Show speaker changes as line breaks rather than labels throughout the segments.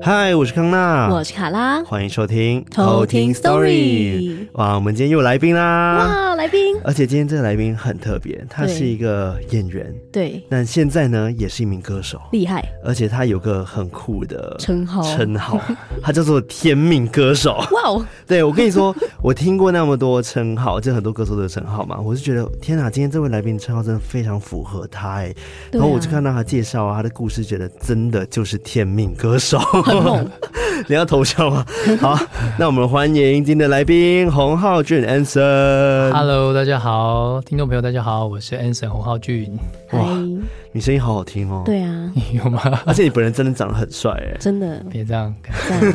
嗨，我是康
啊
娜，
我是卡拉，
欢迎收听
偷听 Story
哇，我们今天又有来宾
啊
啦！
哇，来宾，
而且今天这个来宾很特别，他
对
是一个演员，
对，
但现在呢也是一名歌手，
厉害，
而且他有个很酷的
称号
称号他叫做天命歌手。
哇哦，
对我跟你说， 我听过那么多称号，这很多歌手都有称号嘛，我是觉得天哪，今天这位来宾称号真的非常符合他哎。
对
然
啊
后我就看到他介绍啊，他的故事，觉得真的就是天命歌手，
很猛，
你要投降吗？好，那我们欢迎今天的来宾洪浩俊 Anson。
Hello，大家好，听众朋友大家好，我是 Anson 洪浩俊，
嗨
哇，你声音好好听哦。，
哎对啊，
有吗？
而且你本人真的长得很帅哎。
真的，
别这样，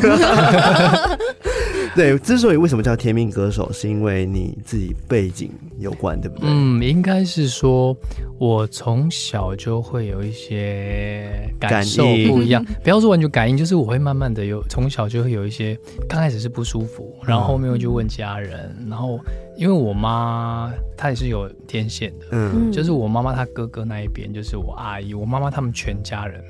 赞
对，之所以为什么叫天命歌手，是因为你自己背景有关，对不对？
嗯，应该是说我从小就会有一些感受
感应
不一样，嗯不要说完全感应，就是我会慢慢的有，从小就会有一些，刚开始是不舒服，
嗯
然后后面会去问家人，然后因为我妈她也是有天线的，
嗯，
就是我妈妈她哥哥那一边，就是我阿姨，我妈妈他们全家人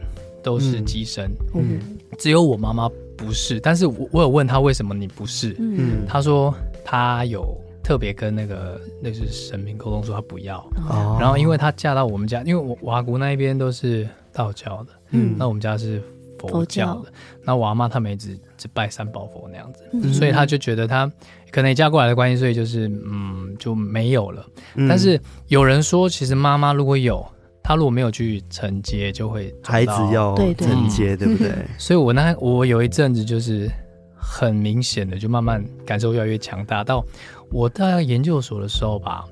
都是
嗯
机身，
嗯
只有我妈妈不是，但是我我有问她为什么你不是，
嗯，
她说她有特别跟那个那是神明沟通说她不要，
哦
然后因为她嫁到我们家，因为我我阿姑那一边都是道教的，
嗯
那我们家是佛教
佛
的，那我阿妈他们也只只拜三宝佛那样子，
嗯
所以她就觉得她可能也嫁过来的关系，所以就是嗯就没有了。
嗯
但是有人说，其实妈妈如果有，她如果没有去承接，就会走
孩子
到
要
对对
承接，对不对？
嗯
所以我那我有一阵子就是很明显的，就慢慢感受越来越强大，到我大概研究所的时候吧，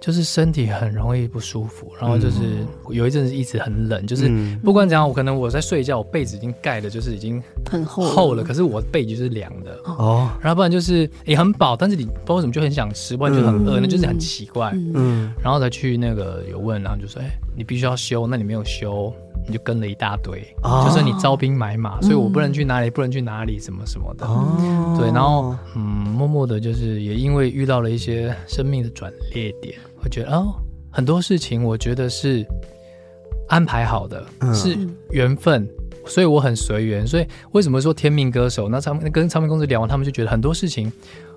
就是身体很容易不舒服，然后就是有一阵子一直很冷，就是
嗯
不管怎样，我可能我在睡觉，我被子已经盖的就是已经
很厚
厚了，可是我背就是凉的。
哦，
然后不然就是也很饱，但是你不知道为什么就很想吃，不然就很饿，
嗯
那就是很奇怪。
嗯
嗯，
然后才去那个有问，然后就说，哎、你必须要修，那你没有修，你就跟了一大堆，
哦嗯
就说你招兵买马，所以我不能去哪里，不能去哪里，什么什么的。
哦，
嗯对，然后嗯，默默的就是也因为遇到了一些生命的转捩点，我觉得哦，很多事情我觉得是安排好的，
嗯
是缘分。所以我很随缘，所以为什么说天命歌手？那唱跟唱片公司聊完，他们就觉得很多事情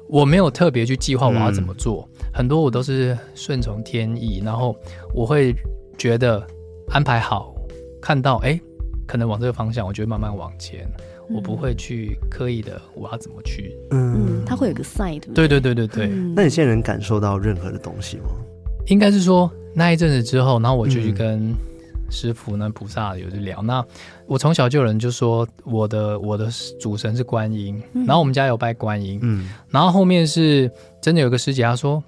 我没有特别去计划我
嗯
要怎么做，很多我都是顺从天意，然后我会觉得安排好，看到哎、诶可能往这个方向，我就会慢慢往前，我不会去刻意的我要怎么去
嗯，
嗯，它会有个 side，不，
对对对对对，
嗯
那你现在能感受到任何的东西吗？
应该是说那一阵子之后，然后我就去
嗯
跟师傅呢、菩萨有去聊。那我从小就有人就说我的我的主神是观音，然后我们家有拜观音，
嗯，
然后后面是真的有个师姐她说，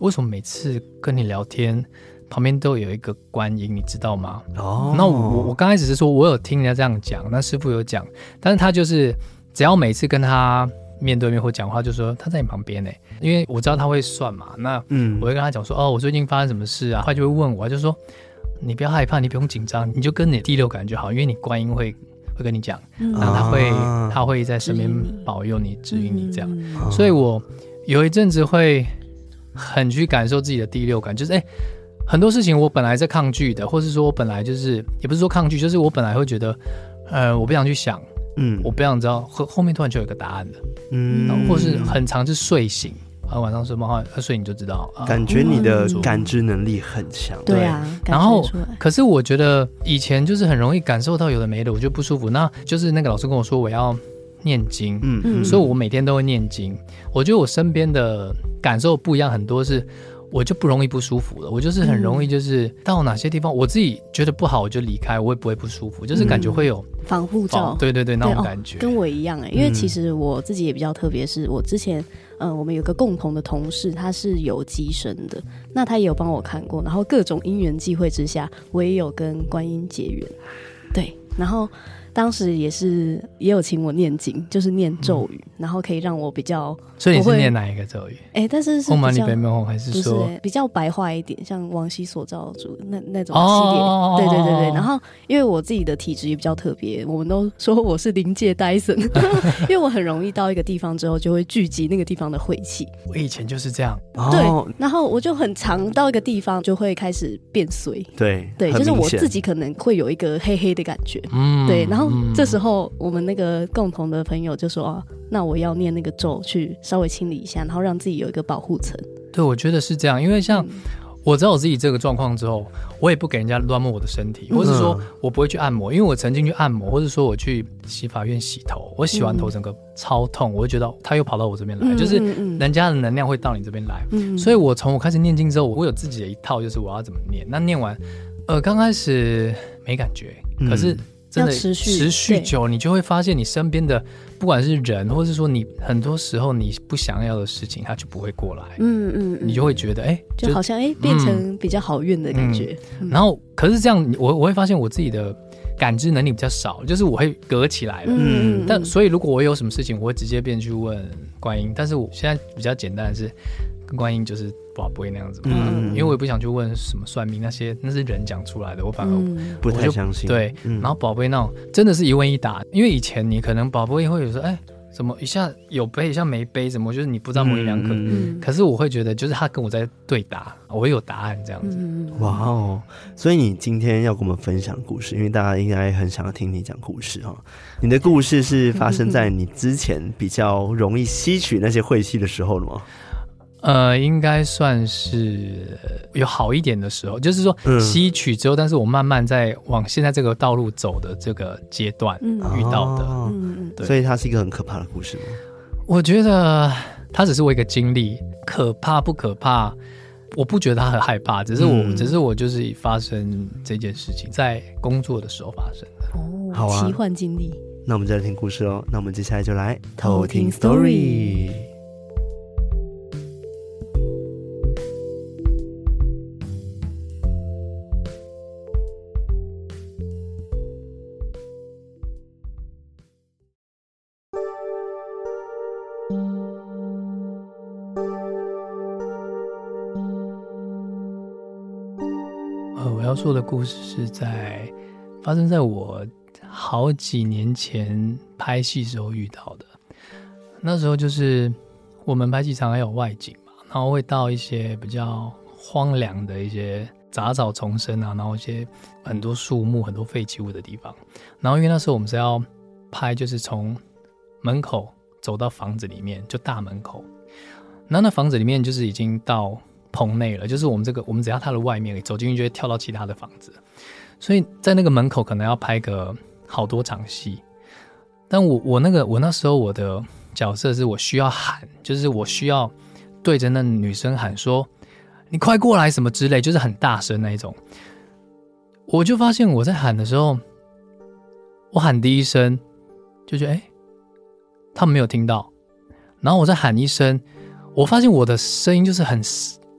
为什么每次跟你聊天旁边都有一个观音，你知道吗？
哦，
那我我刚开始是说我有听人家这样讲，那师傅有讲，但是他就是只要每次跟他面对面或讲话，就说他在你旁边呢，欸因为我知道他会算嘛，那
嗯
我会跟他讲说哦，我最近发生什么事啊，他就会问我，他就说你不要害怕，你不用紧张，你就跟你第六感就好，因为你观音会会跟你讲，
嗯
然后他会、
啊
他会在身边
指引你
保佑你、指引你这样，
嗯
哦
所以我有一阵子会很去感受自己的第六感，就是哎、很多事情我本来在抗拒的，或是说我本来就是也不是说抗拒，就是我本来会觉得，呃，我不想去想，
嗯
我不想知道，后后面突然就有一个答案了，
嗯
然后或是很常是睡醒，啊，晚上睡梦话，啊睡你就知道啊。
感觉你的
嗯
感知能力很强，
对啊，感
然
觉
后
出来，
可是我觉得以前就是很容易感受到有的没的，我就不舒服。那就是那个老师跟我说我要念经，
嗯嗯，
嗯
所以我每天都会念经。我觉得我身边的感受不一样，很多是我就不容易不舒服了。我就是很
嗯
容易就是到哪些地方，我自己觉得不好，我就离开，我也不会不舒服，就是感觉会有
防护罩
哦，，对对对，那
对
种
哦
感觉。
跟我一样哎、因为
嗯
其实我自己也比较特别，是我之前，呃，我们有个共同的同事，他是有机身的，那他也有帮我看过，然后各种因缘际会之下，我也有跟观音结缘，对，然后当时也是也有请我念经，就是念咒语，然后可以让我比较
所以你
我
是
会
念哪一个咒语？
哎、但是是
唵嘛
比
呢
较
呗咪吽，还
不
是
是
说
欸比较白话一点，像王羲所造主那那种系列。
哦？
对对对对，然后因为我自己的体质也比较特别，我们都说我是临界戴 森，因为我很容易到一个地方之后就会聚集那个地方的晦气。
我以前就是这样，
哦
对，然后我就很常到一个地方就会开始变衰，
对
对，
很
就是
明
我
显
自己可能会有一个黑黑的感觉，
嗯，
对。然后这时
候
候我们那个共同的朋友就说啊，那我要念那个咒去稍微清理一下，然后让自己有一个保护层。
对我觉得是这样，因为像
嗯
我知道我自己这个状况之后，我也不给人家乱摸我的身体，
嗯
或是说我不会去按摩，因为我曾经去按摩，或者说我去洗发院洗头，我洗完头
嗯
整个超痛，我就觉得他又跑到我这边来，
嗯
哎就是
嗯嗯
人家的能量会到你这边来。
嗯
所以我从我开始念经之后，我有自己的一套，就是我要怎么念。那念完，呃，刚开始没感觉，
嗯
可是真的
要持续
持续
对
久，你就会发现你身边的不管是人，或是说你很多时候你不想要的事情，它就不会过来，
嗯嗯，嗯
你就会觉得哎、
就好像哎、变
嗯
成比较好运的感觉。嗯
然后可是这样，我我会发现我自己的感知能力比较少，就是我会隔起来了。
嗯
但所以如果我有什么事情，我会直接便去问观音。但是我现在比较简单的是，跟观音就是宝不会那样子嘛。
嗯
因为我也不想去问什么算命那些，那是人讲出来的，我反而、
嗯
不
我
太
就
相信，
对。
嗯
然后宝贝那种真的是一问一答，因为以前你可能宝贝会有说，哎，怎么一下有背一下没背，怎么就是你不知道模棱两可。
嗯
嗯
可是我会觉得，就是他跟我在对答，我有答案这样子。
嗯，
哇哦！所以你今天要跟我们分享故事，因为大家应该很想要听你讲故事哈、哦。你的故事是发生在你之前比较容易吸取那些晦气的时候了吗？
呃，应该算是有好一点的时候，就是说
嗯
吸取之后，但是我慢慢在往现在这个道路走的这个阶段
嗯
遇到的。
哦
嗯
对
所以它是一个很可怕的故事吗？
我觉得它只是我一个经历，可怕不可怕？我不觉得它很害怕，只是我，
嗯
只是我就是发生这件事情在工作的时候发生的。
嗯，
好
哦，
啊
奇幻经历。
那我们就来听故事哦。那我们接下来就来
偷听 story。
呃，我要说的故事是在发生在我好几年前拍戏时候遇到的。那时候就是我们拍戏常常有外景嘛，然后会到一些比较荒凉的一些杂草丛生啊，然后一些很多树木、很多废弃物的地方。然后因为那时候我们是要拍，就是从门口走到房子里面，就大门口。然后那房子里面就是已经到棚内了，就是我们这个我们只要踏入外面走进去，就会跳到其他的房子。所以在那个门口可能要拍个好多场戏。但我我那个我那时候我的角色是我需要喊，就是我需要对着那女生喊说：“你快过来！”什么之类，就是很大声那一种。我就发现我在喊的时候，我喊第一声就觉得哎、诶他们没有听到，然后我再喊一声，我发现我的声音就是很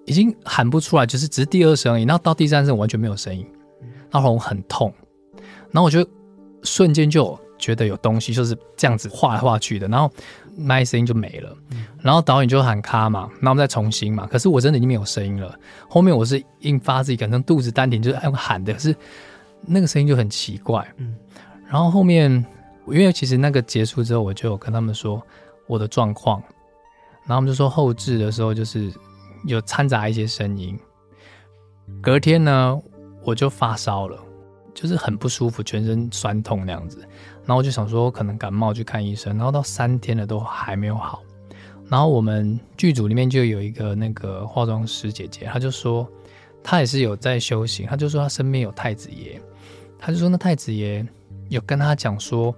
已经喊不出来，就是只是第二声而已。然后到第三声我完全没有声音，然后喉咙很痛，然后我就瞬间就觉得有东西就是这样子画来画去的，然后麦声音就没了。然后导演就喊咔嘛，那我们再重新嘛。可是我真的已经没有声音了。后面我是硬发自己，可能肚子丹田就是用喊的，可是那个声音就很奇怪。
嗯
嗯，然后后面因为其实那个结束之后，我就有跟他们说我的状况，然后他们就说后置的时候就是有掺杂一些声音。隔天呢，我就发烧了，就是很不舒服，全身酸痛那样子。然后我就想说可能感冒去看医生，然后到三天了都还没有好。然后我们剧组里面就有一个那个化妆师姐姐，她就说她也是有在修行，她就说她身边有太子爷，她就说那太子爷有跟她讲说，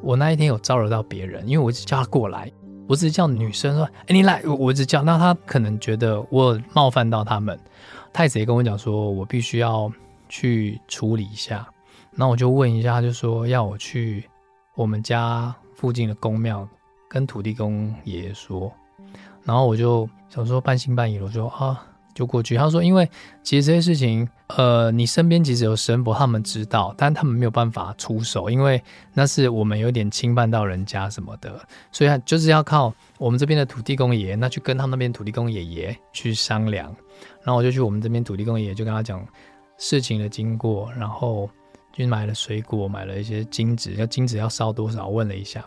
我那一天有招惹到别人，因为我一直叫她过来，我只是叫女生说，哎你来，我我一直叫，那她可能觉得我有冒犯到他们，太子爷跟我讲说我必须要去处理一下，那我就问一下，她就说要我去我们家附近的公庙跟土地公爷爷说，然后我就想说半信半疑了，我说啊，就过去。他说，因为其实这些事情，呃，你身边即使有神佛，他们知道，但他们没有办法出手，因为那是我们有点侵犯到人家什么的，所以他就是要靠我们这边的土地公爷，那去跟他们那边土地公爷爷去商量。然后我就去我们这边土地公爷爷，就跟他讲事情的经过，然后就买了水果，买了一些金纸，要金纸要烧多少，问了一下，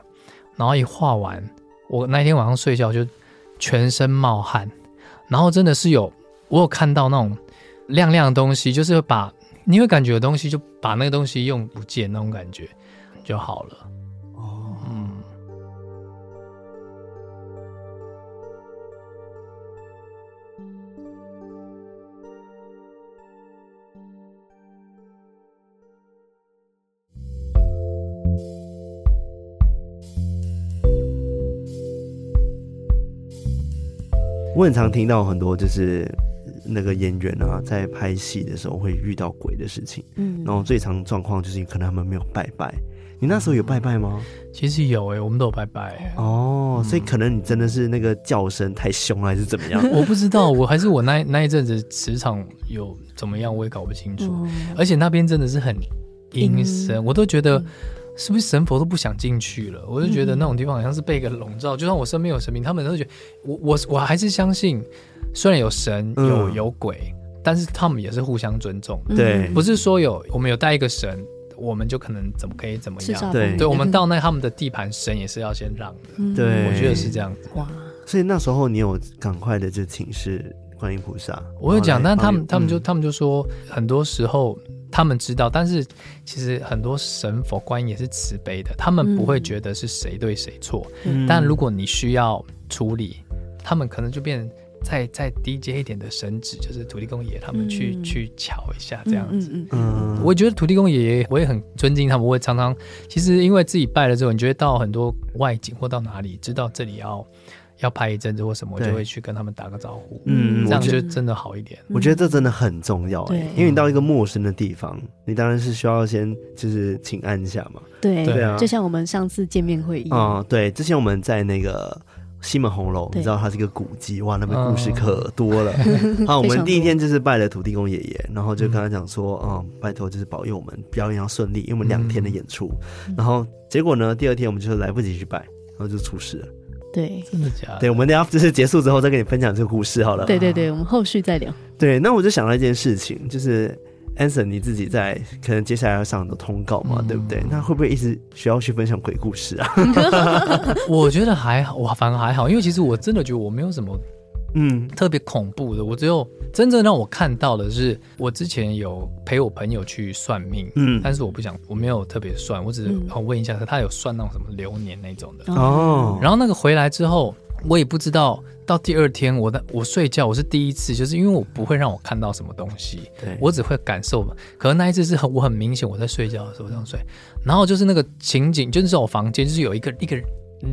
然后一画完，我那天晚上睡觉就全身冒汗，然后真的是有我有看到那种亮亮的东西，就是把你会感觉有东西就把那个东西用不见那种感觉就好了。
哦，
嗯，
我很常听到很多就是那个演员啊，在拍戏的时候会遇到鬼的事情，
嗯
然后最常状况就是可能他们没有拜拜。你那时候有拜拜吗？
其实有诶、我们都有拜拜、欸。
哦，所以可能你真的是那个叫声太凶了，还是怎么样？
哦
我不知道，我还是我那那一阵子磁场有怎么样，我也搞不清楚。
嗯
而且那边真的是很阴森，
阴嗯
我都觉得是不是神佛都不想进去了？我就觉得那种地方好像是被一个笼罩，就算我身边有神明，他们都觉得我我我还是相信，虽然有神
嗯
有有鬼，但是他们也是互相尊重，
嗯
对
不是说有我们有带一个神，我们就可能怎么可以怎么
叱咤
样。
对
风云
对，我们到那他们的地盘，神也是要先让的，
嗯
对
我觉得是这样子。
哇，
所以那时候你有赶快的就请示观音菩萨。
我有讲，
然
但
后来
他
帮
们
你
他们就
嗯
他们就说，很多时候他们知道，但是其实很多神佛观音也是慈悲的，他们不会觉得是谁对谁错。
嗯
但如果你需要处理，他们可能就变再再低阶一点的神职，就是土地公爷他们去、
嗯
去瞧一下这样子。
嗯嗯嗯
嗯，
我觉得土地公爷爷，我也很尊敬他们。我会常常，其实因为自己拜了之后，你就会到很多外景或到哪里，知道这里要要拍一阵子或什么，我
对
就会去跟他们打个招呼。
嗯
这
我
样
觉
就
得
真的好一点。
我觉得这真的很重要哎、
嗯对
因为你到一个陌生的地方，你当然是需要先就是请安一下嘛。
对
对啊
就像我们上次见面会一样，
啊、对，之前我们在那个西门红楼，
对
你知道它是一个古迹，哇，那边故事可多了。好，我
非
们
常
第一天就是拜了土地公爷爷，然后就跟他讲说，嗯，拜托就是保佑我们表演要顺利，因为我们两天的演出。
嗯
然后结果呢，第二天我们就来不及去拜，然后就出事了。
对
真的假的？
对，我们等一下就是结束之后再跟你分享这个故事好了。
对对对，我们后续再聊。
对，那我就想到一件事情，就是 Anson 你自己在可能接下来要上很多通告嘛，
嗯
对不对？那会不会一直需要去分享鬼故事啊？
我觉得还好，我反而还好，因为其实我真的觉得我没有什么
嗯，
特别恐怖的，我只有真正让我看到的是，我之前有陪我朋友去算命，
嗯
但是我不想，我没有特别算，我只是
嗯
哦问一下他，他有算那种什么流年那种的，
哦，
然后那个回来之后，我也不知道。到第二天，我的我睡觉，我是第一次，就是因为我不会让我看到什么东西，
对，
我只会感受嘛。可能那一次是很我很明显我在睡觉的时候这样睡，然后就是那个情景，就是我房间就是有一个一个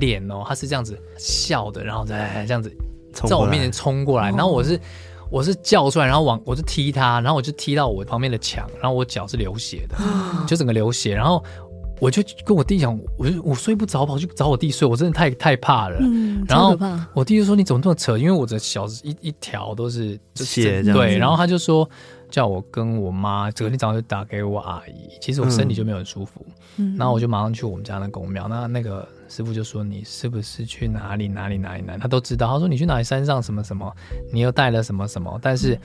脸哦，他是这样子笑的，然后在这样子
冲
在我
过来
面前冲过来，
哦
然后我是我是叫出来，然后往我就踢他，然后我就踢到我旁边的墙，然后我脚是流血的，就整个流血，然后我就跟我弟讲，我就我睡不着，我跑去找我弟睡，我真的太太怕了。
嗯，
然
超
后
可怕，
我弟就说：“你怎么这么扯？因为我的小一一条都是就
血
是
这样
对，
子
然后他就说叫我跟我妈，隔天早上就打给我阿姨。其实我身体就没有很舒服，
嗯
然后我就马上去我们家那公庙。那那个师傅就说：“你是不是去哪里哪里哪里哪里？”他都知道。他说：“你去哪里山上什么什么，你又带了什么什么。”但是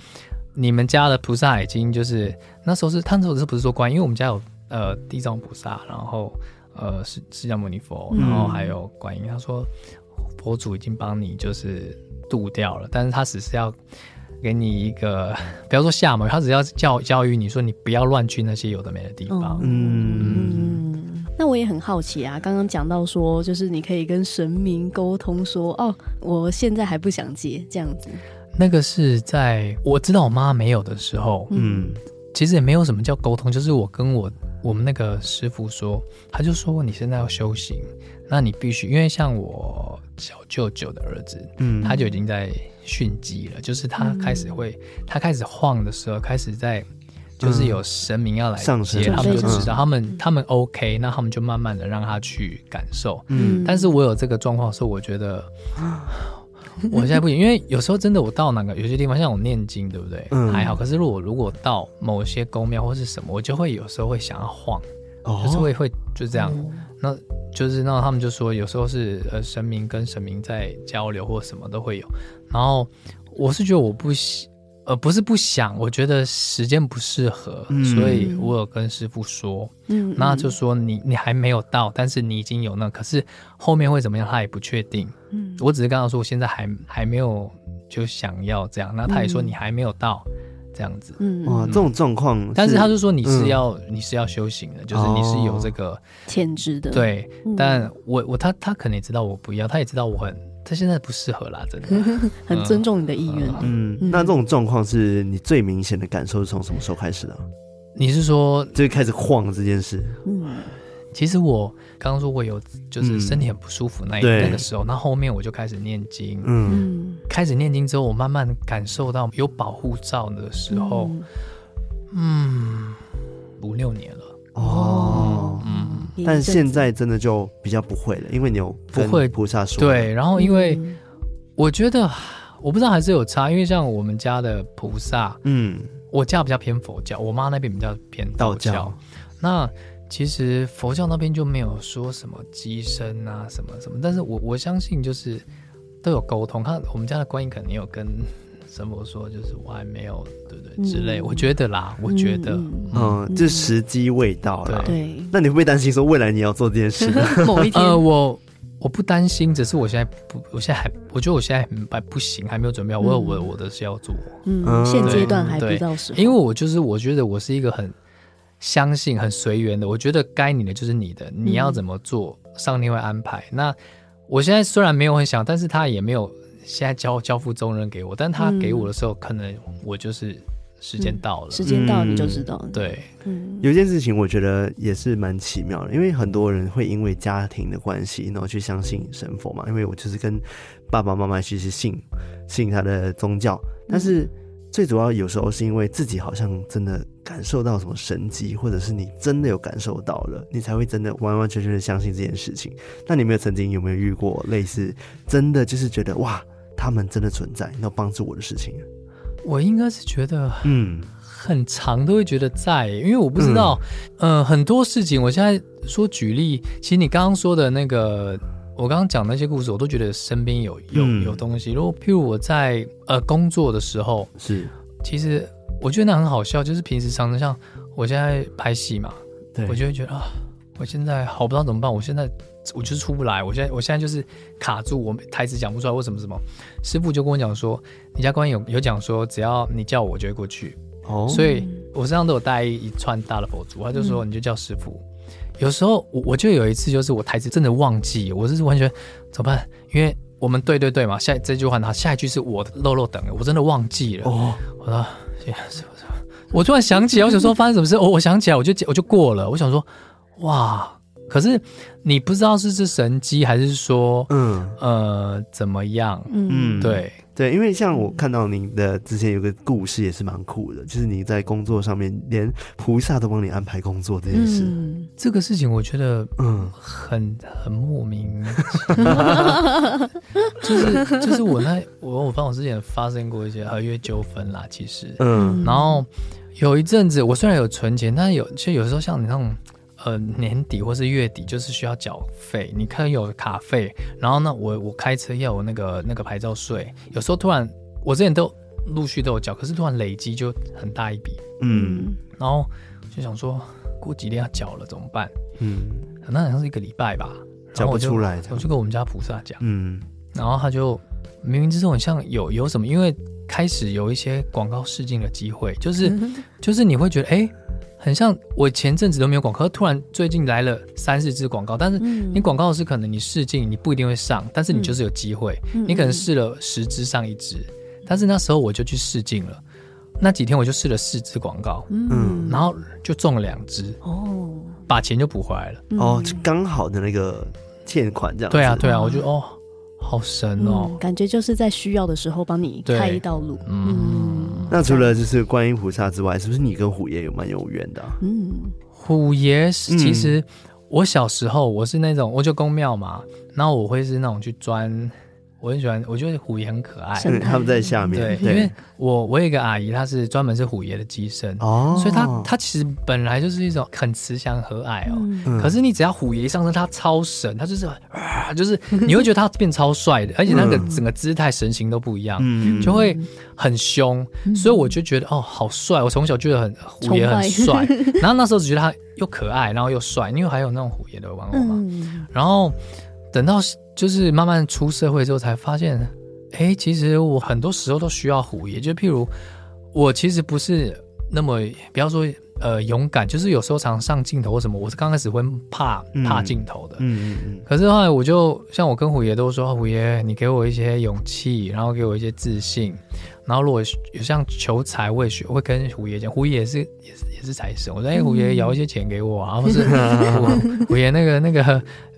你们家的菩萨已经就是那时候是他那时候是不是说观音？因为我们家有呃地藏菩萨，然后呃释释迦牟尼佛，然后还有观音。他说佛祖已经帮你就是渡掉了，但是他只是要给你一个，不要说下嘛，他只要教教育你说你不要乱去那些有的没的地方。
嗯，
嗯，那我也很好奇啊，刚刚讲到说，就是你可以跟神明沟通说，哦，我现在还不想接这样子，
那个是在我知道我妈没有的时候，
嗯，
其实也没有什么叫沟通，就是我跟我我们那个师傅说，他就说你现在要修行，那你必须，因为像我小舅舅的儿子，
嗯
他就已经在训鸡了，就是他开始会，
嗯
他开始晃的时候，开始在。就是有神明要
嗯
来
上
接，
身
他们就
准备上
知道，
身
他们他们 OK，那他们就慢慢的让他去感受。
嗯
但是我有这个状况的时候，我觉得我现在不行，因为有时候真的我到哪个有些地方，像我念经，对不对？
嗯
还好。可是如果如果到某些宫庙或是什么，我就会有时候会想要晃，就是
哦，
会会就这样。那就是那他们就说，有时候是呃神明跟神明在交流或什么都会有。然后我是觉得我不喜，呃不是不想，我觉得时间不适合，
嗯
所以我有跟师傅说，
嗯，
那就说你你还没有到，但是你已经有那，可是后面会怎么样他也不确定。
嗯
我只是刚刚说我现在还还没有就想要这样，那他也说
嗯
你还没有到这样子。
嗯
哇，这种状况，
但是他就说你是
嗯
要、你是要修行的，就是你是有这个、
潜质的，
对，
哦嗯，
但我我他他可能也知道我不要，他也知道我很他现在不适合啦，真
嗯
的。
很尊重你的意愿。
嗯，
嗯
那这种状况是你最明显的感受是从什么时候开始的啊？
你是说，
就是开始晃这件事，
嗯
其实我刚刚说我有就是
嗯
身体很不舒服那一、
对
那个时候，那后面我就开始念经，
嗯，
嗯，
开始念经之后，我慢慢感受到有保护罩的时候，嗯，五六年了，
哦。
嗯，
嗯
但现在真的就比较不会了，因为你有跟
不会
菩萨说，
对，，然后因为
嗯
我觉得。我不知道还是有差，因为像我们家的菩萨，
嗯，
我家比较偏佛教，我妈那边比较偏
道
道教。
教，
那其实佛教那边就没有说什么机身啊，什么什么，但是我我相信就是都有沟通。看我们家的观音肯定有跟神佛说，就是我还没有，对不对
嗯
之类。我觉得啦，我觉得，
嗯
嗯，
嗯，这时机未到了。
对
对
那你会不会担心说未来你要做这件 事？
某一天，
呃，我我不担心，只是我现在不，我现在还，我觉得我现在还不行，还没有准备好，我有我有我的事要做。
嗯
嗯，现阶段还
对
不到时候，
因为我就是我觉得我是一个很相信、很随缘的，我觉得该你的就是你的，你要怎么做，上天会安排。那我现在虽然没有很想，但是他也没有现在交交付重任给我，但他给我的时候，可能我就是时间到了，
时间到
嗯
你就知道，，
对，
嗯
有一件事情我觉得也是蛮奇妙的，因为很多人会因为家庭的关系，然后去相信神佛嘛。因为我就是跟爸爸妈妈其实信信他的宗教，但是最主要有时候是因为自己好像真的感受到什么神迹，或者是你真的有感受到了，你才会真的完完全全的相信这件事情。那你有没有曾经有没有遇过类似真的就是觉得哇，他们真的存在，要帮助我的事情？
我应该是觉得
嗯，
很长都会觉得在，因为我不知道，
嗯
呃，很多事情我现在说举例，其实你刚刚说的那个，我刚刚讲那些故事，我都觉得身边有有
嗯
有东西。如果譬如我在呃工作的时候，
是
其实我觉得那很好笑，就是平时常常像我现在拍戏嘛，
对
我就会觉得啊，我现在好不知道怎么办，我现在我就是出不来，我现在我现在就是卡住，我台词讲不出来，为什么什么？师傅就跟我讲说，你家观音有有讲说，只要你叫我，我就会过去。
哦，嗯
所以我身上都有带一串大的佛珠，他就说你就叫师傅。有时候我我就有一次，就是我台词真的忘记，我是完全怎么办？因为我们对对对嘛，下这句话，然后下一句是我的肉肉等，我真的忘记了。
哦，
我说谢谢师傅，师傅我突然想起来，我想说发生什么 事，哦，我想起来，我就我就过了。我想说，哇！可是你不知道是是神机还是说
嗯。
呃怎么样？
嗯
嗯
对，
对，因为像我看到您的之前有个故事也是蛮酷的，就是你在工作上面连菩萨都帮你安排工作这件事，
嗯，
这个事情我觉得
嗯
很很莫名，就是就是我那我我发我之前发生过一些合约纠纷啦，其实，
嗯
然后有一阵子我虽然有存钱，但是有其实有时候像你那种呃年底或是月底就是需要缴费，你可以有卡费，然后呢我我开车要有那个那个牌照税，有时候突然我之前都陆续都有缴，可是突然累积就很大一笔，
嗯
然后就想说过几天要缴了怎么办？
嗯，
那好像是一个礼拜吧，然
讲
后
不
我就
出来这
我
样，
就跟我们家菩萨讲，
嗯
然后他就冥冥之中很像有有什么，因为开始有一些广告试镜的机会，就是、
嗯
嗯
就是你会觉得哎、诶很像我前阵子都没有广告，突然最近来了三四支广告，但是
嗯
你广告是可能你试镜你不一定会上，但
嗯
是你就是有机会，
嗯
你可能试了十支上一支，但是那时候我就去试镜了，那几天我就试了四支广告，
嗯
然后就中了两支，
哦，
把钱就补回来了。
嗯
哦，就刚好的那个欠款这样子，
对啊，对啊，我就哦，好神哦
嗯，，感觉就是在需要的时候帮你
对
开一道路，
嗯，
那除了就是观音菩萨之外，是不是你跟虎爷有蛮有缘的啊、
嗯
虎爷是
嗯
其实我小时候我是那种，我就公庙嘛，然后我会是那种去钻我很喜欢，我觉得虎爷很可爱。
神
嗯
态
他们在下面，
对，因为我我有一个阿姨，她是专门是虎爷的机身，
哦，
所以她她其实本来就是一种很慈祥和蔼哦。
嗯
嗯
可是你只要虎爷一上身，他超神，他就是啊，就是你会觉得他变超帅的，而且那个整个姿态、神情都不一样，
嗯
就会很凶。所以我就觉得哦，好帅！我从小觉得很虎爷很帅，然后那时候只觉得他又可爱，然后又帅，因为还有那种虎爷的玩偶嘛。
嗯，
然后等到就是慢慢出社会之后，才发现，哎，其实我很多时候都需要虎爷，就譬如我其实不是那么不要说呃勇敢，就是有时候常上镜头或什么，我是刚开始会怕
嗯
怕镜头的。
嗯嗯
可是后来我就像我跟虎爷都说，啊虎爷你给我一些勇气，然后给我一些自信，然后如果有像求财，我也学会跟虎爷讲，虎爷也是也是也是财神，我说哎、虎爷摇一些钱给我啊，或是虎虎爷那个那个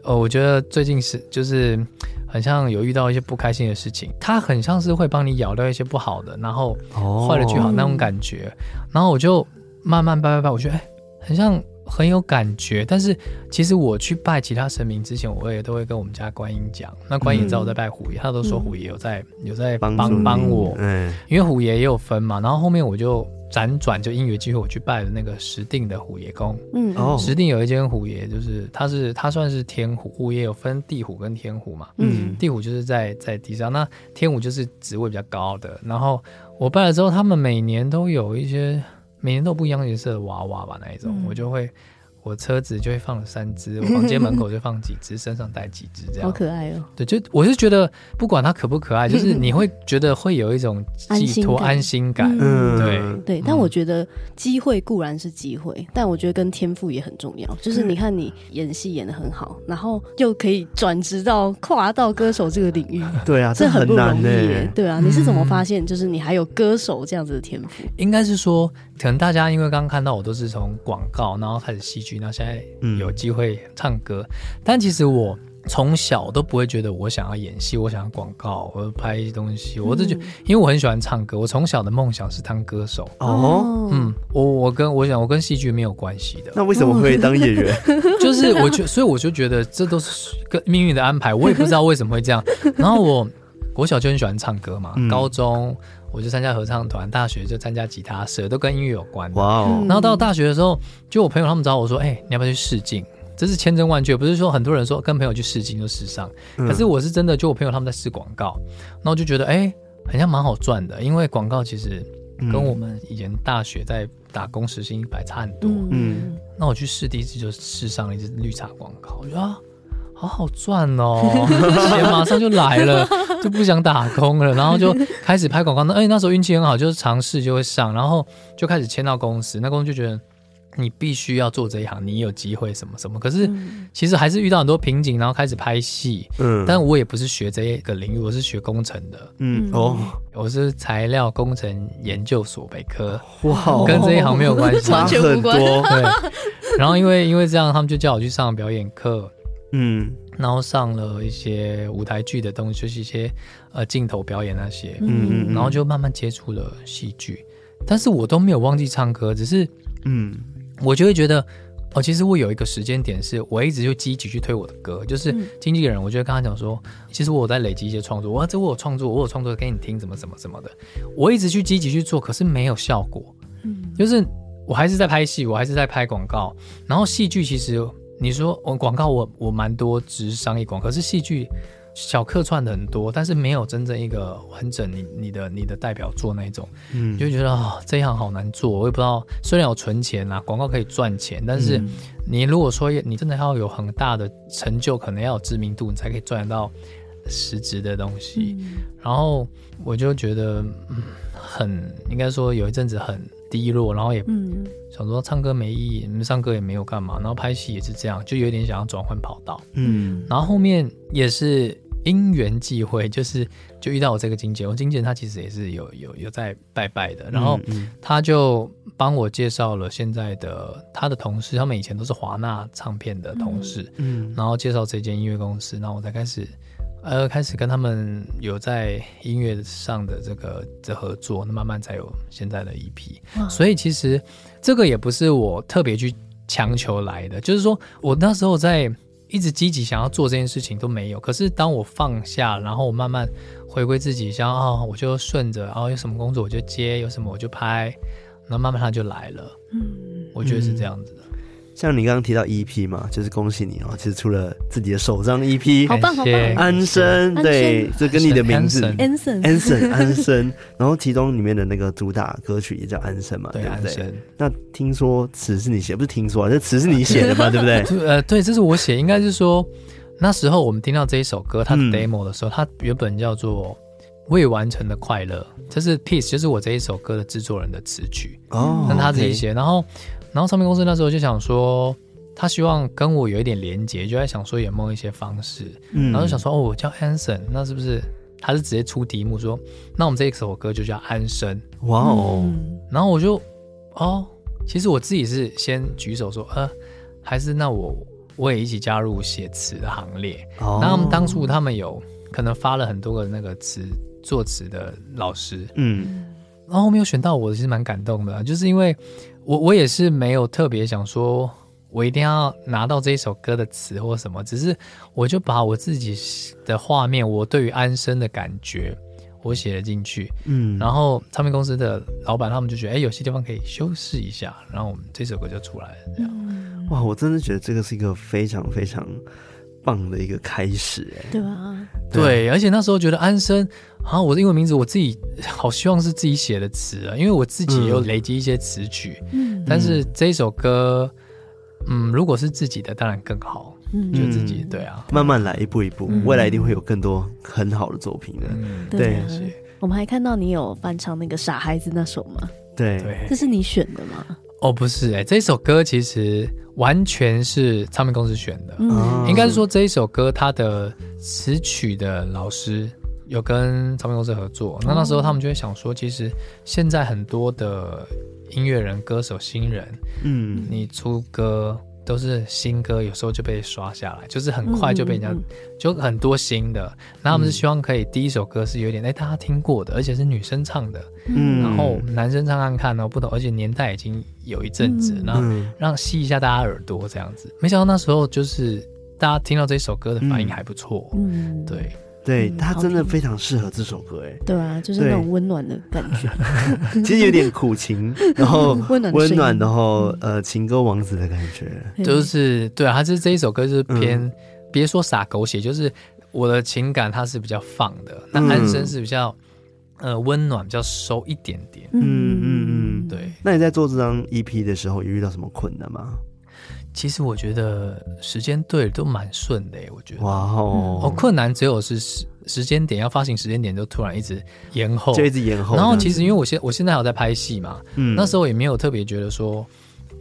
呃，我觉得最近是就是很像有遇到一些不开心的事情，他很像是会帮你咬掉一些不好的，然后
嗯，哦，
坏了就好那种感觉。然后我就慢慢拜拜拜，我觉得哎、很像很有感觉。但是其实我去拜其他神明之前，我也都会跟我们家观音讲。那观音也知道我在拜虎爷，他都说
嗯
虎爷有在有在
帮
帮
助你
帮我，
嗯
因为虎爷也有分嘛。然后后面我就辗转就因缘机会，我去拜了那个石定的虎爷宫。
嗯，
哦
石定有一间虎爷，就是它是它算是天虎，虎爷有分地虎跟天虎嘛。
嗯
第五就是在在地上，那天五就是职位比较高的。然后我拜了之后，他们每年都有一些，每年都有不一样颜色的娃娃吧，那一种，
嗯
我就会，我车子就会放三只，我房间门口就放几只，身上带几只这
好
样。
可爱哦，
对，就我是觉得不管它可不可爱，就是你会觉得会有一种寄托安
安
心感。
嗯
嗯，
对
对，但我觉得机会固然是机会，但我觉得跟天赋也很重要。就是你看你演戏演的很好，然后又可以转职到跨到歌手这个领 域，
对啊，
这很不
难
容易
呢
耶。对啊，你是怎么发现就是你还有歌手这样子的天赋？
应该是说，可能大家因为刚刚看到我都是从广告，然后开始戏剧，然后现在有机会唱歌，但其实我从小都不会觉得我想要演戏，我想要广告，我要拍一些东西，我就觉得，因为我很喜欢唱歌，我从小的梦想是当歌手。
哦，，
嗯，我我跟我想我跟戏剧没有关系 的，
那为什么会当演员？
就是我觉，所以我就觉得这都是跟命运的安排，我也不知道为什么会这样。 然后我国小就很喜欢唱歌嘛，
嗯
高中我就参加合唱团，大学就参加吉他社，都跟音乐有关。
哇哦，
嗯
然后到大学的时候，就我朋友他们找我说：“哎、你要不要去试镜？”这是千真万确，不是说很多人说跟朋友去试镜就试上，可是我是真的，就我朋友他们在试广告，然后就觉得哎、好像蛮好赚的，因为广告其实
嗯
跟我们以前大学在打工时薪一百差很多。
嗯
那我去试第一次就试上了一支绿茶广告，我觉得啊，好好赚哦，钱马上就来了，就不想打工了，然后就开始拍广告。那哎而且那时候运气很好，就是尝试就会上，然后就开始签到公司，那公司就觉得。你必须要做这一行，你有机会什么什么。可是其实还是遇到很多瓶颈，然后开始拍戏。
嗯
但我也不是学这个领域，我是学工程的，
嗯哦，
我是材料工程研究所北科，
哇哦，
跟这一行没有关系。
差
完 全
很
无关
多，
对，然后因为因为这样，他们就叫我去上表演课，
嗯
然后上了一些舞台剧的东西，就是一些呃镜头表演那些，
嗯嗯，
然后就慢慢接触了戏剧，但是我都没有忘记唱歌，只是
嗯
我就会觉得。哦，其实我有一个时间点，是我一直就积极去推我的歌，就是
嗯
经纪人，我就会跟他讲说，其实我有在累积一些创作，哇，这我有创作，我有创作给你听，怎么怎么怎么的，我一直去积极去做，可是没有效果，
嗯
就是我还是在拍戏，我还是在拍广告。然后戏剧其实你说我广告我我蛮多只是商业广告，可是戏剧小客串的很多，但是没有真正一个完整你你的你的代表作那一种，
嗯，
你就会觉得啊、这一行好难做。我也不知道，虽然有存钱啊，广告可以赚钱，但是你如果说你真的要有很大的成就，可能要有知名度，你才可以赚得到实质的东西。
嗯
然后我就觉得，嗯，很应该说有一阵子很低落，然后也
嗯
想说唱歌没意义，嗯唱歌也没有干嘛，然后拍戏也是这样，就有点想要转换跑道。
嗯
然后后面也是因缘际会，就是就遇到我这个经纪人，我经纪人他其实也是有有有在拜拜的，然后
嗯
他就帮我介绍了现在的他的同事，他们以前都是华纳唱片的同事，
嗯
然后介绍这间音乐公司，然后我才开始，呃，开始跟他们有在音乐上的这个的合作，那慢慢才有现在的一批。所以其实这个也不是我特别去强求来的，就是说我那时候在一直积极想要做这件事情都没有。可是当我放下，然后我慢慢回归自己，像啊、我就顺着，然、啊后有什么工作我就接，有什么我就拍，然后慢慢它就来了。
嗯，
我觉得是这样子的。
像你刚刚提到 EP 嘛，就是恭喜你哦，其实出了自己的首张 EP，
嗯好棒好棒
安生，
安
对，这跟你的名字
，Anson，
Anson
Anson 安生，然后其中里面的那个主打歌曲也叫安生嘛，
对
对不
安
对？
生，
那听说词是你写，不是听说啊，这词是你写的 嘛，对不对？
就呃，对，这是我写，应该是说那时候我们听到这一首歌它的
嗯
demo 的时候，它原本叫做《未完成的快乐》，这是 Peace，就是我这一首歌的制作人的词曲，
哦，
那他自己
OK，
写。然后，然后唱片公司那时候就想说，他希望跟我有一点连接，就在想说有没有一些方式，
嗯
然后就想说，哦，我叫 Anson，那是不是？他是直接出题目说，那我们这一首歌就叫安生。
哇哦，
嗯
然后我就，哦，其实我自己是先举手说，呃，还是那我我也一起加入写词的行列。
哦，
然后他们当初他们有可能发了很多个那个词作词的老师，
嗯
然后后面有选到我，其实蛮感动的啊，就是因为我我也是没有特别想说。我一定要拿到这一首歌的词或什么，只是我就把我自己的画面，我对于安生的感觉，我写了进去。
嗯，
然后唱片公司的老板他们就觉得，哎，有些地方可以修饰一下，然后我们这首歌就出来了。这样，
哇，我真的觉得这个是一个非常非常棒的一个开始，哎，
对吧？
对
对，而且那时候觉得安生啊，我的英文名字我自己好希望是自己写的词啊，因为我自己
嗯
也有累积一些词曲，
嗯
但是这一首歌，嗯，如果是自己的当然更好，
嗯
就自己、对啊，
慢慢来，一步一步，
嗯
未来一定会有更多很好的作品的。
嗯，
对啊
是
我们还看到你有翻唱那个傻孩子那首吗？
对，
对
这，是你选的吗？
哦，不是，哎，这首歌其实完全是唱片公司选的，
嗯
哦
应该是说这一首歌，它的词曲的老师有跟唱片公司合作。那那时
哦
候他们就会想说，其实现在很多的音乐人、歌手、新人，
嗯，
你出歌都是新歌，有时候就被刷下来，就是很快就被人家、
嗯嗯嗯
就很多新的。那他们是希望可以第一首歌是有点哎大家听过的，而且是女生唱的，
嗯
然后男生唱唱看呢不懂，而且年代已经有一阵子，
嗯
那、
嗯，
让吸一下大家耳朵这样子。没想到那时候就是大家听到这首歌的反应还不错，
嗯，
对，
对
嗯
他
好
真的
听
非常适合这首歌，哎，
对啊，就是那种温暖的感觉，
其实有点苦情，然后
温暖的
温
声
暖，
音
然后呃，情歌王子的感觉。
对
就是对啊，它是这一首歌就是偏、
嗯
别说洒狗血，就是我的情感它是比较放的，那
嗯
安生是比较呃温暖，比较收一点点。
嗯嗯嗯
对，
那你在做这张 EP 的时候，有遇到什么困难吗？
其实我觉得时间对了都蛮顺的耶，我觉得。
哇
哦，
哦，
困难只有是时时间点要发行时间点就突然一直延后，
就一直延后。
哦然后其实因为我现我现在还有在拍戏嘛，
嗯
那时候也没有特别觉得说，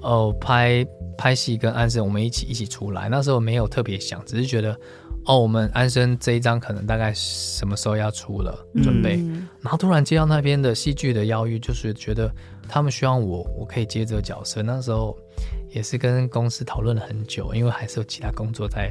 哦，拍拍戏跟安生我们一起一起出来，那时候没有特别想，只是觉得，哦，我们安生这一张可能大概什么时候要出了，准备。
嗯
然后突然接到那边的戏剧的邀约，就是觉得他们希望我我可以接这个角色，那时候。也是跟公司讨论了很久，因为还是有其他工 作在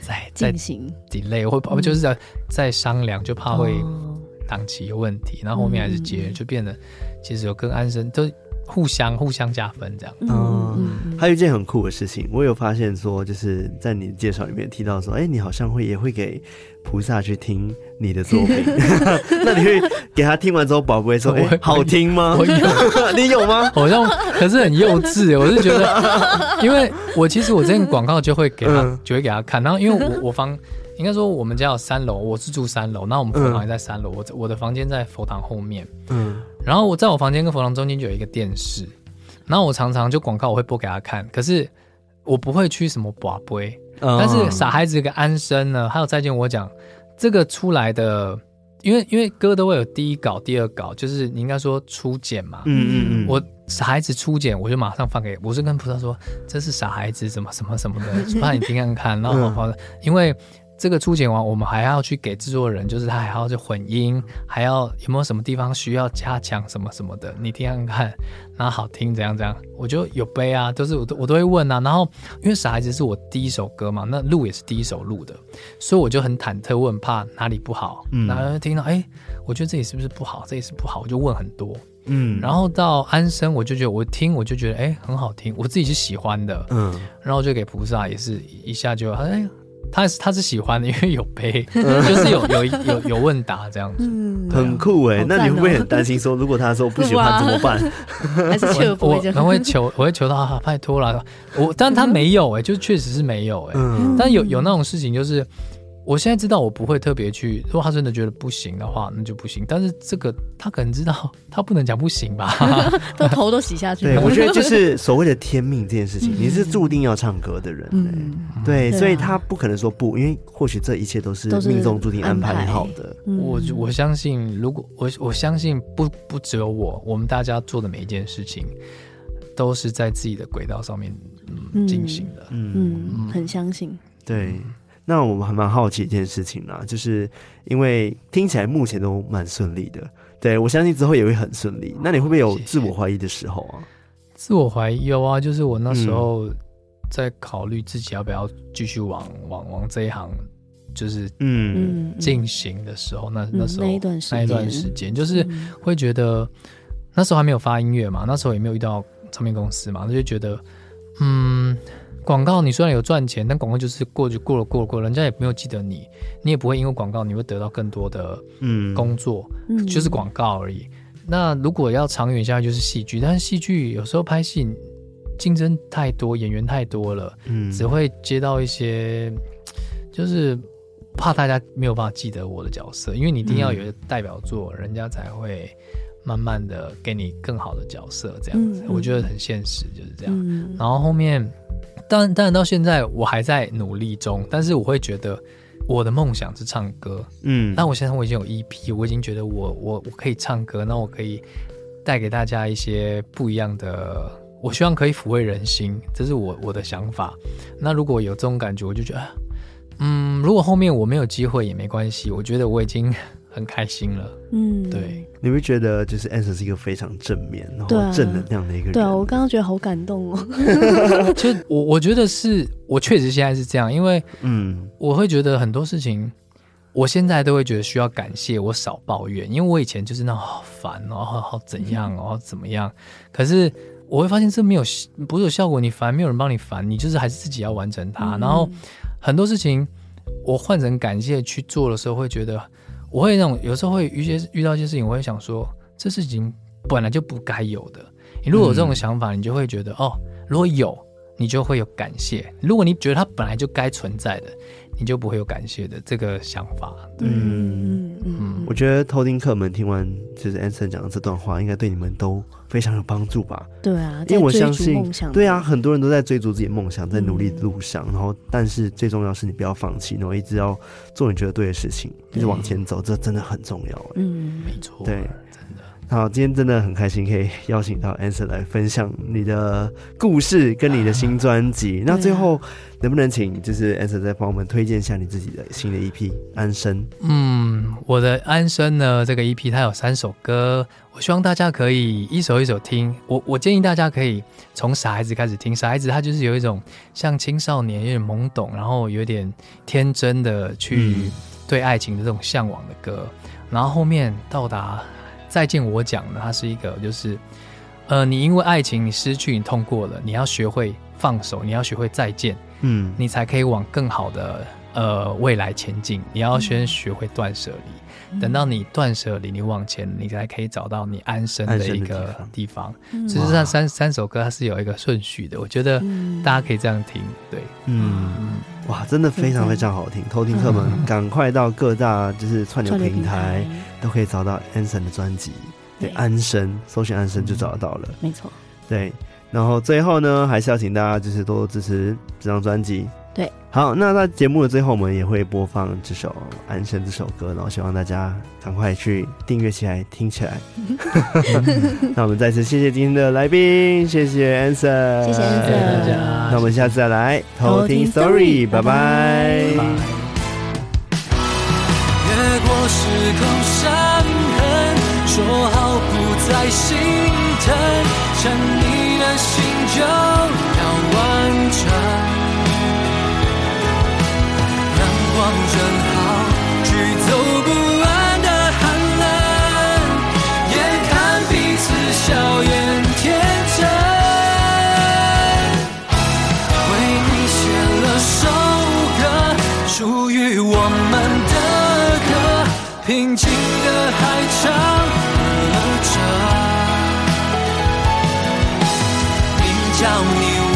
在在
进行嗯
delay，或或就是在在商量，就怕啊会
哦
档期有问题，然后后面还是接，
嗯
就变得其实有跟安生都互相互相加分这样。
嗯嗯嗯
啊还有一件很酷的事情，我有发现说，就是在你的介绍里面提到说，哎、你好像会也会给菩萨去听你的作 品， 那你会给他听完之后，宝贝说，哎、
我
好听吗？
我
你有 吗？
好像可是很幼稚，我是觉得，因为我其实我之前广告就会给他
嗯，
就会给他看，然后因为我我房应该说我们家有三楼，我是住三楼，那我们佛堂也在三楼，我在我的房间在佛堂后面，
嗯
然后我在我房间跟佛堂中间就有一个电视，然后我常常就广告我会播给他看，可是我不会去什么寡杯，
嗯
但是傻孩子跟安生呢，还有再见我讲这个出来的，因为因为歌都会有第一稿、第二稿，就是你应该说初剪嘛。
嗯嗯嗯，
我傻孩子初剪，我就马上放给，我是跟菩萨说这是傻孩子怎么什么什么 的，怕你听看看，
嗯
然后好好的，因为。这个初剪完，我们还要去给制作人，就是他还要去混音，还要有没有什么地方需要加强什么什么的，你听看看，然后好听怎样怎样，我就有背啊，都是我都我都会问啊，然后因为傻孩子是我第一首歌嘛，那录也是第一首录的，所以我就很忐忑，问怕哪里不好，
嗯
然后听到哎、我觉得这里是不是不好，这里是不好，我就问很多，
嗯，
然后到安生，我就觉得我听我就觉得哎、很好听，我自己是喜欢的，
嗯，
然后就给菩萨也是一下就哎，他是他是喜欢的，因为有 碑， 就是有有有有问答这样子。
嗯，
很酷哎、
好
那
赞
你会不会
哦
很担心说，如果他说不喜欢
哇
怎么办？
还是切尔
嗯我
夫这
我很
样。
会求，我会求他、啊、拜托啦。我，但他没有哎、就确实是没有哎、
嗯
但有有那种事情，就是我现在知道我不会特别去，如果他真的觉得不行的话，那就不行。但是这个他可能知道，他不能讲不行吧？
都头都洗下去
对，
了。
我觉得就是所谓的天命这件事情，你是注定要唱歌的人、欸。
嗯，
对，
对啊
所以他不可能说不，因为或许这一切都是
都是
命中注定安
安
排
排
好的。
嗯
我我相信，如果我我相信不不只有我，我们大家做的每一件事情，都是在自己的轨道上面嗯
嗯
进行的。
嗯，
嗯很相信。
对。那我们还蛮好奇一件事情啦，就是因为听起来目前都蛮顺利的，对我相信之后也会很顺利。那你会不会有
谢谢
自我怀疑的时候啊？
自我怀疑有啊，就是我那时候在考虑自己要不要继续往往往这一行，就是
嗯
嗯，
进行的时候，那
嗯
那时候、
那一段时间
那一段时间，就是
嗯
会觉得那时候还没有发音乐嘛，那时候也没有遇到唱片公司嘛，那就觉得嗯，广告你虽然有赚钱，但广告就是过就过了过了过了，人家也没有记得你，你也不会因为广告你会得到更多的
嗯，
工作，
嗯
就是广告而已。那如果要长远下来，就是戏剧。但是戏剧有时候拍戏竞争太多，演员太多了，
嗯
只会接到一些，就是怕大家没有办法记得我的角色，因为你一
嗯
定要有一个代表作，人家才会慢慢的给你更好的角色。这样子，
嗯嗯
我觉得很现实，就是这样。
嗯，
然后后面，当然，当然到现在我还在努力中，但是我会觉得我的梦想是唱歌，
嗯，
那我现在我已经有 EP，我已经觉得我我我可以唱歌，那我可以带给大家一些不一样的，我希望可以抚慰人心，这是我我的想法。那如果有这种感觉，我就觉得，啊嗯，如果后面我没有机会也没关系，我觉得我已经很开心了。
嗯，
对，
你会觉得就是 Anson 是一个非常正面，然
对
后
啊
正能量的一个人。
对啊，我刚刚觉得好感动哦。
其实我我觉得是我确实现在是这样，因为
嗯
我会觉得很多事情，我现在都会觉得需要感谢我少抱怨，因为我以前就是那种好烦哦，好好怎样哦，好怎么样。可是我会发现这没有不是有效果，你烦没有人帮你烦，你就是还是自己要完成
嗯
它。啊然后很多事情我换成感谢去做的时候，会觉得哦我会那种有时候会遇些遇到一些事情，我会想说这事情本来就不该有的。你如果有这种想法，你就会觉得哦，如果有。你就会有感谢。如果你觉得它本来就该存在的，你就不会有感谢的这个想法。对，
嗯嗯嗯
我觉得偷听客们听完就是 Anson 讲的这段话，应该对你们都非常有帮助吧？
嗯，对啊，
因为我
在追
相
逐
信
梦想，嗯
对啊，，很多人都在追逐自己的梦想，在努力的路上。然后，但是最重要是你不要放弃，然后一直要做你觉得对的事情，一直往前走，这真的很重要。哎
嗯，
没错，
对
真的。
好，今天真的很开心，可以邀请到 Anson 来分享你的故事跟你的新专
嗯
辑。那最后，
啊
能不能请就是 Anson 再帮我们推荐一下你自己的新的一批《安生》？
嗯，我的安生呢，这个 EP 它有三首歌，我希望大家可以一首一首听。我我建议大家可以从《傻孩子》开始听，《傻孩子》它就是有一种像青少年有点懵懂，然后有点天真的去
嗯
对爱情的这种向往的歌。然后后面到达《再见我讲》呢，它是一个就是，呃，你因为爱情你失去，你痛过了，你要学会放手，你要学会再见。
嗯，
你才可以往更好的呃未来前进。你要先学会断舍离，等到你断舍离，你往前，你才可以找到你安身
安
的
身的
一个地方。
嗯
其实上三三首歌它是有一个顺序的，我觉得
嗯
大家可以这样听。对，
嗯，哇，真的非常非常好听！偷听客们，赶快到各大就是串流
嗯串
平
流嗯平
台
台，
都可以找到 Anson 的专辑，对，
对嗯
安生，搜寻安生就找得到了。
没错，
对，然后最后呢，还是要请大家就是多多支持这张专辑。
对，
好，那在节目的最后，我们也会播放这首《安生》这首歌，然后希望大家赶快去订阅起来，听起 来。那我们再次谢谢今天的来宾，谢谢 Anson，
谢谢
谢谢大
Anson
家，
那我们下次再来偷
偷
听
听
Story，
Story，拜
拜
拜
拜。
越过时空伤痕，说好不再心疼，趁你的心就要完成，阳光正好，驱走不安的寒冷，眼看彼此叫你